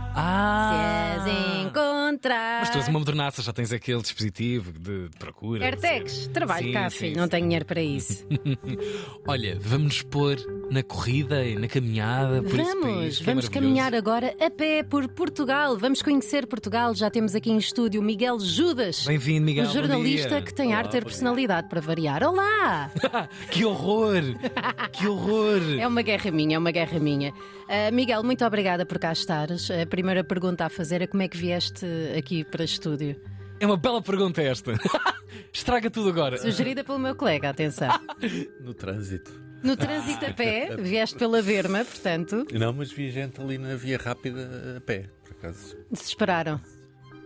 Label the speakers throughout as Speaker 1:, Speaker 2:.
Speaker 1: Ah.
Speaker 2: Ah.
Speaker 1: encontrar.
Speaker 2: Mas tu és uma modernaça, já tens aquele dispositivo de procura.
Speaker 1: Airtags,
Speaker 2: assim.
Speaker 1: trabalho
Speaker 2: Sim,
Speaker 1: cá,
Speaker 2: sim,
Speaker 1: filho,
Speaker 2: sim. Uhum.
Speaker 1: não tenho dinheiro para isso.
Speaker 2: Olha, vamos nos pôr na corrida e na caminhada por esse país,
Speaker 1: vamos,
Speaker 2: que é
Speaker 1: vamos
Speaker 2: maravilhoso.
Speaker 1: caminhar agora a pé por Portugal. Vamos conhecer Portugal. Já temos aqui em estúdio Miguel Judas.
Speaker 2: Bem-vindo, Miguel.
Speaker 1: Um
Speaker 2: bom
Speaker 1: jornalista
Speaker 2: dia.
Speaker 1: que tem
Speaker 2: Olá,
Speaker 1: arte e
Speaker 2: bom dia.
Speaker 1: personalidade para variar. Olá!
Speaker 2: que horror! Que horror!
Speaker 1: É uma guerra minha, é uma guerra minha. Ah, Miguel, muito obrigada por cá estares. A primeira pergunta a fazer é como é que vieste aqui para estúdio?
Speaker 2: É uma bela pergunta esta. Estraga tudo agora.
Speaker 1: Sugerida pelo meu colega, atenção.
Speaker 3: No trânsito.
Speaker 1: No trânsito a pé, vieste pela Verma, portanto,
Speaker 3: Não, mas vi gente ali na via rápida a pé, por acaso.
Speaker 1: desesperaram.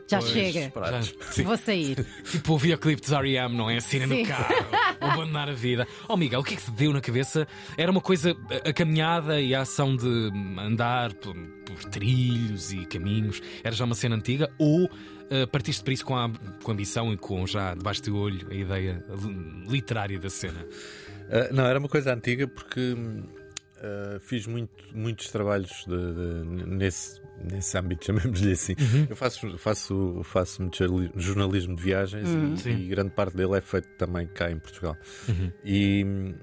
Speaker 1: Já chega.
Speaker 2: Já-
Speaker 3: Desesperados.
Speaker 2: sim,
Speaker 1: Vou sair.
Speaker 2: tipo o videoclipe de R.E.M., não é? A cena
Speaker 1: Sim.
Speaker 2: no carro, o abandonar a vida. Oh, Miguel, o que é que te deu na cabeça? Era uma coisa, a- a caminhada e a ação de andar por, por trilhos e caminhos, era já uma cena antiga? Ou eh, partiste para isso com a, com a ambição e com já debaixo do olho a ideia li- literária da cena?
Speaker 3: Ah, não, era uma coisa antiga porque hum, ah, fiz muito- muitos trabalhos de- de- nesse, nesse âmbito, chamemos-lhe assim.
Speaker 2: Uhum.
Speaker 3: Eu faço, faço, faço muito jornali- jornalismo de viagens e-
Speaker 2: Uhum, Sim. Uhum.
Speaker 3: e, grande parte dele é feito também cá em Portugal. E.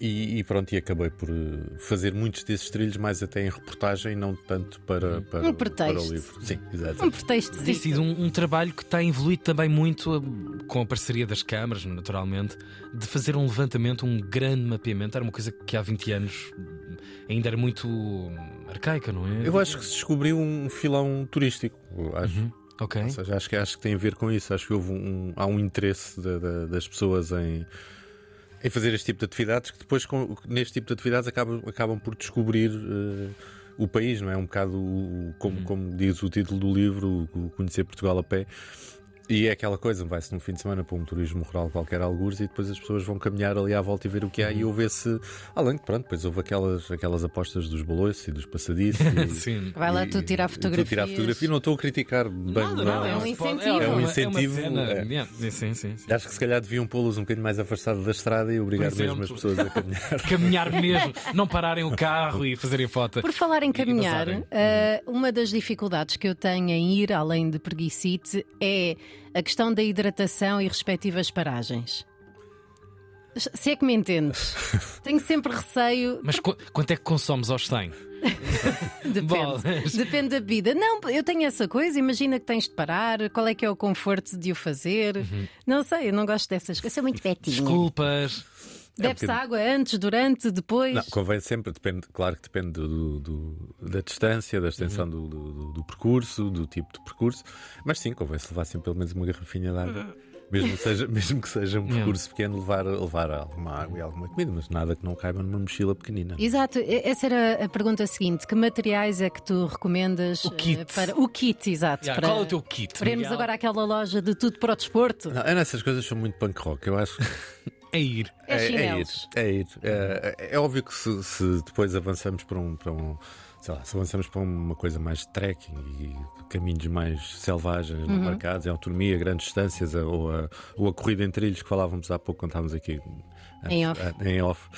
Speaker 3: E, e pronto, e acabei por eh, fazer muitos desses trilhos, mais até em reportagem, não tanto
Speaker 2: Uhum.
Speaker 3: para, para,
Speaker 1: Um pretexto.
Speaker 3: para o livro. Sim, exato.
Speaker 1: Um pretexto
Speaker 2: Tem sido um, um trabalho que está evoluído também muito eh, com a parceria das câmaras, naturalmente, de fazer um levantamento, um grande mapeamento. Era uma coisa que há 20 anos ainda era muito hum, arcaica, não é?
Speaker 3: Eu acho que se descobriu um filão turístico. Acho,
Speaker 2: Ok.
Speaker 3: Ou seja, acho, que, acho que tem a ver com isso. Acho que houve um, há um interesse da- da- das pessoas em, em fazer este tipo de atividades que depois, com- neste tipo de atividades, acabam, acabam por descobrir eh, o país, não é? Um bocado, o- o- como, como diz o título do livro, o Conhecer Portugal a Pé. E é aquela coisa, vai-se num fim de semana para um turismo rural qualquer, algures, e depois as pessoas vão caminhar ali à volta e ver o que há. E houve esse. Além de, pronto, depois houve aquelas, aquelas apostas dos bolões e dos passadiços. e-
Speaker 2: Sim.
Speaker 1: Vai lá
Speaker 3: e-
Speaker 1: tu tirar
Speaker 3: e Tu tirar
Speaker 1: fotografias.
Speaker 3: fotografia, não estou a criticar bem. não.
Speaker 1: é um
Speaker 2: se pode-
Speaker 1: incentivo. É um
Speaker 2: uma-
Speaker 3: incentivo,
Speaker 2: É uma cena.
Speaker 3: é.
Speaker 2: Yeah, Sim, sim, sim.
Speaker 3: Acho que se calhar deviam pô-los um bocadinho mais afastado da estrada e obrigar
Speaker 2: Por exemplo.
Speaker 3: mesmo as pessoas a caminhar.
Speaker 2: Caminhar mesmo, não pararem o carro e fazerem foto.
Speaker 1: Por falar em
Speaker 2: E- e
Speaker 1: caminhar,
Speaker 2: passarem.
Speaker 1: eh, uma das dificuldades que eu tenho em ir além de preguicite é a questão da hidratação e respectivas paragens. Se é que me entendes, tenho sempre receio.
Speaker 2: Mas qu- quanto é que consomes aos 100? Bolas.
Speaker 1: Depende, depende da bebida. Não, eu tenho essa coisa. Imagina que tens de parar. Qual é que é o conforto de o fazer?
Speaker 2: Uhum.
Speaker 1: Não sei, eu não gosto dessas coisas. Eu sou muito betinha.
Speaker 2: Desculpas.
Speaker 1: Bebe-se
Speaker 3: bocadinho.
Speaker 1: água antes, durante, depois.
Speaker 3: Não, convém sempre, depende, claro que depende do, do- da distância, da extensão
Speaker 2: Uhum.
Speaker 3: do, do- do- do percurso, do tipo de percurso, mas sim, convém-se levar sempre pelo menos uma garrafinha de
Speaker 2: Uhum.
Speaker 3: água. Mesmo que seja, mesmo que seja um percurso pequeno, levar, levar alguma água e alguma comida, mas nada que não caiba numa mochila pequenina.
Speaker 1: Exato, E- essa era a pergunta seguinte: que materiais é que tu recomendas
Speaker 2: O kit.
Speaker 1: eh, para o kit, exato?
Speaker 2: Yeah,
Speaker 1: para...
Speaker 2: Qual é o teu kit?
Speaker 1: para irmos
Speaker 2: Miguel?
Speaker 1: agora àquela loja de tudo para o desporto?
Speaker 3: Não, eu nessas coisas sou muito punk rock, eu acho.
Speaker 2: É ir.
Speaker 1: É
Speaker 3: ir,
Speaker 1: chinelos.
Speaker 3: é ir. É, é óbvio que se, se depois avançamos para um, para um. Sei lá, se avançamos para uma coisa mais de trekking e caminhos mais selvagens,
Speaker 1: Uhum.
Speaker 3: não marcados, em autonomia, grandes distâncias, a- ou a, ou a corrida em trilhos que falávamos há pouco, quando estávamos aqui
Speaker 1: Em
Speaker 3: antes,
Speaker 1: off.
Speaker 3: ah, em off.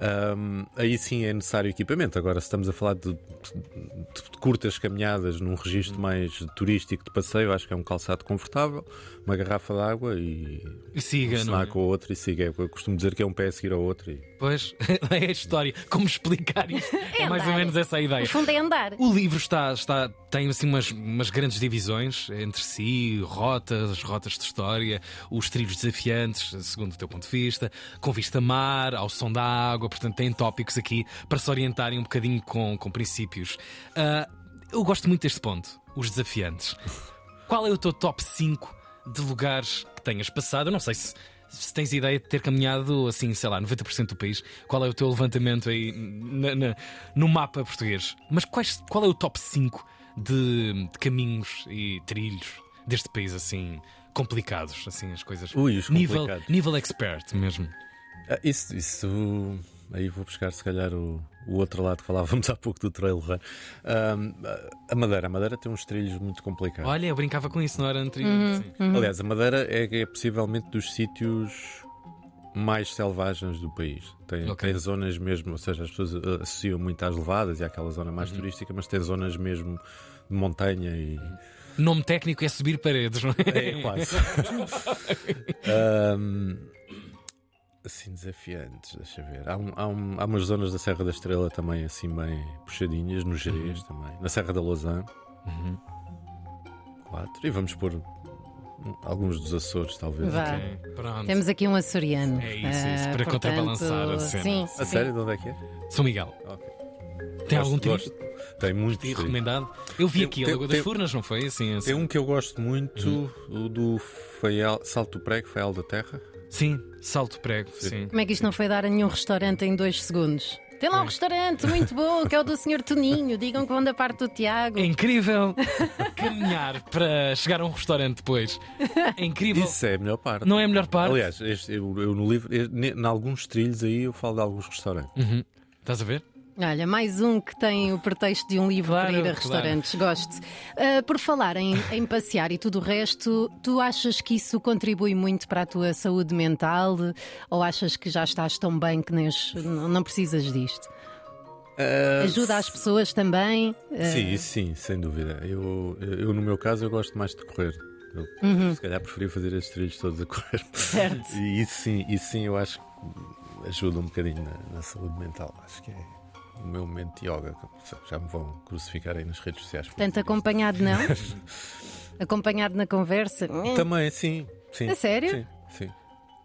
Speaker 3: Ahm, aí sim é necessário equipamento. Agora, se estamos a falar de, de- de curtas caminhadas num
Speaker 1: Uhum.
Speaker 3: registro mais turístico de passeio, acho que é um calçado confortável, uma garrafa de água e
Speaker 2: E siga, não é?
Speaker 3: Snack ou outro e siga. Eu costumo dizer que é um pé a seguir ao outro. E...
Speaker 2: Pois, é a história. Como explicar isto? É, mais ou
Speaker 1: andar.
Speaker 2: menos essa a ideia.
Speaker 1: No fundo é andar.
Speaker 2: O livro está, está, tem assim umas, umas grandes divisões entre si, rotas, rotas de história, os trilhos desafiantes, segundo o teu ponto de vista, com vista a mar, ao som da água, portanto tem tópicos aqui para se orientarem um bocadinho com, com princípios. Ah, eu gosto muito deste ponto, os desafiantes. Qual é o teu top 5 de lugares que tenhas passado? Eu não sei se, se tens ideia de ter caminhado assim, sei lá, 90% do país. Qual é o teu levantamento aí na- na- no mapa português? Mas quais, qual é o top 5 de, de caminhos e trilhos deste país assim? Complicados, assim, as coisas.
Speaker 3: Ui, os
Speaker 2: nível,
Speaker 3: complicados.
Speaker 2: nível expert mesmo.
Speaker 3: Ah, isso, isso. Aí vou buscar, se calhar, o, o outro lado que falávamos há pouco do Trail Run. Ahm, a Madeira. A Madeira tem uns trilhos muito complicados.
Speaker 2: Olha, eu brincava com isso na hora anterior. sim.
Speaker 3: Aliás, a Madeira é, é possivelmente dos sítios mais selvagens do país. Tem,
Speaker 2: Ok.
Speaker 3: tem zonas mesmo, ou seja, as pessoas eh, Uhum. associam muito às levadas e àquela zona mais turística, mas tem zonas mesmo de montanha e.
Speaker 2: Nome técnico é subir paredes, não é?
Speaker 3: É, quase. Ahm, assim, desafiantes, deixa eu ver. Há, um- há um- há umas zonas da Serra da Estrela também, assim, bem puxadinhas, no Jerez
Speaker 2: Uhum.
Speaker 3: também. Na Serra da Lousã. Quatro. E vamos pôr hum, alguns dos Açores, talvez.
Speaker 1: Vá.
Speaker 2: Ok, Pronto.
Speaker 1: É. Temos aqui um açoriano.
Speaker 2: É isso, é isso,
Speaker 1: Ah,
Speaker 2: para contrabalançar a cena.
Speaker 1: Sim,
Speaker 3: A
Speaker 1: sim.
Speaker 3: sério, de onde é que é?
Speaker 2: São Miguel.
Speaker 3: Ok.
Speaker 2: Tem
Speaker 3: Gosto,
Speaker 2: algum tipo
Speaker 3: gosto.
Speaker 2: trigo
Speaker 3: Tem muito. trigo.
Speaker 2: recomendado? Eu vi
Speaker 3: Tem-
Speaker 2: aqui a
Speaker 3: tem-
Speaker 2: Lagoa das
Speaker 3: tem-
Speaker 2: Furnas, não foi? Assim, assim.
Speaker 3: Tem um que eu gosto muito,
Speaker 2: Uhum.
Speaker 3: o do Faial, Salto Prego, Faial da Terra.
Speaker 2: Sim, salto prego, sim.
Speaker 1: Como é que isto não foi dar a nenhum restaurante em dois segundos? Tem lá um restaurante muito bom, que é o do Sr. Toninho. Digam que vão da parte do Tiago.
Speaker 2: É incrível caminhar para chegar a um restaurante depois. É incrível.
Speaker 3: Isso é a melhor parte.
Speaker 2: Não é a melhor parte?
Speaker 3: Aliás, este- eu, eu no livro, eu- ne- em alguns trilhos aí eu falo de alguns restaurantes.
Speaker 2: Uhum. Estás a ver?
Speaker 1: Olha, mais um que tem o pretexto de um livro
Speaker 2: Claro,
Speaker 1: para ir a
Speaker 2: claro.
Speaker 1: restaurantes. Gosto. Ah, por falar em, em passear e tudo o resto, tu achas que isso contribui muito para a tua saúde mental? Ou achas que já estás tão bem que nem os- não não precisas disto? Ajuda as pessoas também? Ah,
Speaker 3: Ah, Sim, isso sim, sem dúvida. Eu, eu, no meu caso, eu gosto mais de correr. Eu, Se calhar preferia fazer estes trilhos todos a correr.
Speaker 1: Uhum. Certo.
Speaker 3: E isso sim, isso sim eu acho que ajuda um bocadinho na, na saúde mental. Acho que é o meu momento de yoga. Já me vão crucificar aí nas redes sociais.
Speaker 1: Portanto, acompanhado não? acompanhado na conversa? Hum,
Speaker 3: Também, sim. sim
Speaker 1: A sério?
Speaker 3: Sim, sim.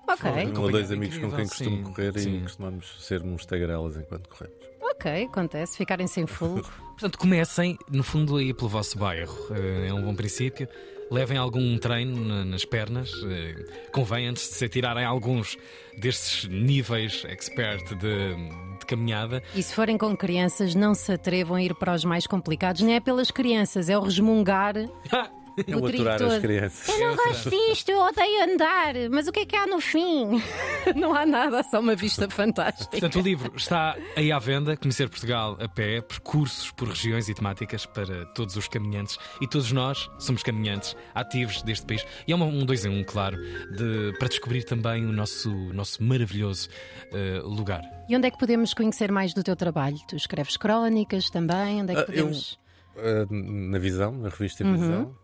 Speaker 1: Ok,
Speaker 3: Um ou dois
Speaker 2: Acompanhado,
Speaker 3: amigos com quem
Speaker 2: incrível,
Speaker 3: costumo
Speaker 2: sim,
Speaker 3: correr
Speaker 2: sim.
Speaker 3: e costumamos ser uns tagarelas enquanto corremos.
Speaker 1: ok, acontece. Ficarem sem fogo.
Speaker 2: Portanto, comecem, no fundo, aí pelo vosso bairro. Eh, É um bom princípio. Levem algum treino na- nas pernas. eh, Convém, antes de se atirarem a alguns destes níveis expert de, de caminhada,
Speaker 1: E se forem com crianças, não se atrevam a ir para os mais complicados. Nem é pelas crianças, é o resmungar.
Speaker 2: Ah,
Speaker 3: É o
Speaker 1: trilho
Speaker 3: aturar as
Speaker 1: todo.
Speaker 3: crianças.
Speaker 1: Eu não gosto disto, eu odeio andar. Mas o que é que há no fim? não há nada, há só uma vista fantástica.
Speaker 2: Portanto, o livro está aí à venda, Conhecer Portugal a pé, percursos por regiões e temáticas para todos os caminhantes e todos nós somos caminhantes ativos deste país. E é uma- um dois em um, claro, de- para descobrir também o nosso, nosso maravilhoso eh, lugar.
Speaker 1: E onde é que podemos conhecer mais do teu trabalho? Tu escreves crónicas também? Onde é que
Speaker 3: Ah, eu-
Speaker 1: podemos.
Speaker 3: Ah, na Visão, na revista
Speaker 1: Uhum.
Speaker 3: Visão,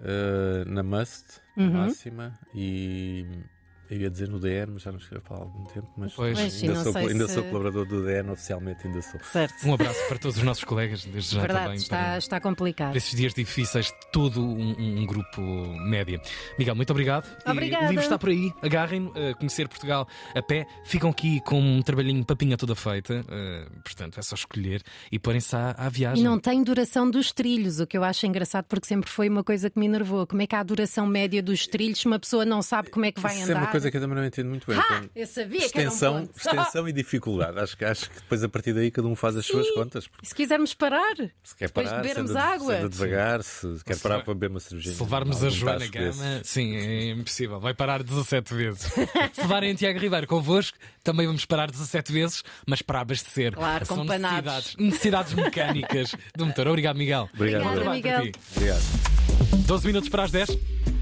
Speaker 3: ah, na Must, na Máxima e. Eu ia dizer no DN, mas já não escrevo há algum tempo, mas
Speaker 2: Pois. Pois,
Speaker 1: sim,
Speaker 3: ainda,
Speaker 1: não
Speaker 3: sou,
Speaker 1: sei
Speaker 3: ainda
Speaker 1: se-
Speaker 3: sou colaborador do DN oficialmente, ainda sou.
Speaker 1: Certo.
Speaker 2: Um abraço para todos os nossos colegas, desde já
Speaker 1: Verdade,
Speaker 2: também.
Speaker 1: está,
Speaker 2: para-
Speaker 1: está
Speaker 2: para
Speaker 1: complicado.
Speaker 2: esses dias difíceis de todo um, um- um grupo média. Miguel, muito obrigado. E
Speaker 1: Obrigada.
Speaker 2: o livro está por aí, agarrem-no, eh, conhecer Portugal a pé. Ficam aqui com um trabalhinho papinha toda feita, eh, portanto é só escolher e porem-se à, à
Speaker 1: E
Speaker 2: viagem.
Speaker 1: não tem duração dos trilhos, o que eu acho engraçado porque sempre foi uma coisa que me enervou. Como é que há a duração média dos trilhos se uma pessoa não sabe como é que vai
Speaker 3: Isso
Speaker 1: andar?
Speaker 3: é uma coisa que eu também não entendo muito bem.
Speaker 1: Ah,
Speaker 3: então,
Speaker 1: eu sabia que era um
Speaker 3: extensão,
Speaker 1: ponto.
Speaker 3: extensão e dificuldade. Acho que, acho que depois a partir daí cada um faz as suas contas. porque
Speaker 1: E se quisermos parar?
Speaker 3: Se quer
Speaker 1: Depois de
Speaker 3: parar, se
Speaker 1: bebermos
Speaker 3: anda,
Speaker 1: água.
Speaker 3: se anda devagar, se quer parar para beber uma cervejinha.
Speaker 2: Se levarmos
Speaker 3: algum
Speaker 2: a Joana
Speaker 3: tacho
Speaker 2: Gama,
Speaker 3: desses.
Speaker 2: sim, é impossível. Vai parar 17 vezes. Se levarem a Tiago Ribeiro convosco, também vamos parar 17 vezes, mas para abastecer.
Speaker 1: Claro, com
Speaker 2: São
Speaker 1: panados.
Speaker 2: necessidades, necessidades mecânicas do motor. Obrigado, Miguel.
Speaker 1: Obrigada,
Speaker 3: Obrigado,
Speaker 2: Bom trabalho para
Speaker 1: Miguel.
Speaker 2: ti.
Speaker 3: Obrigado.
Speaker 2: 12 minutos para as 10.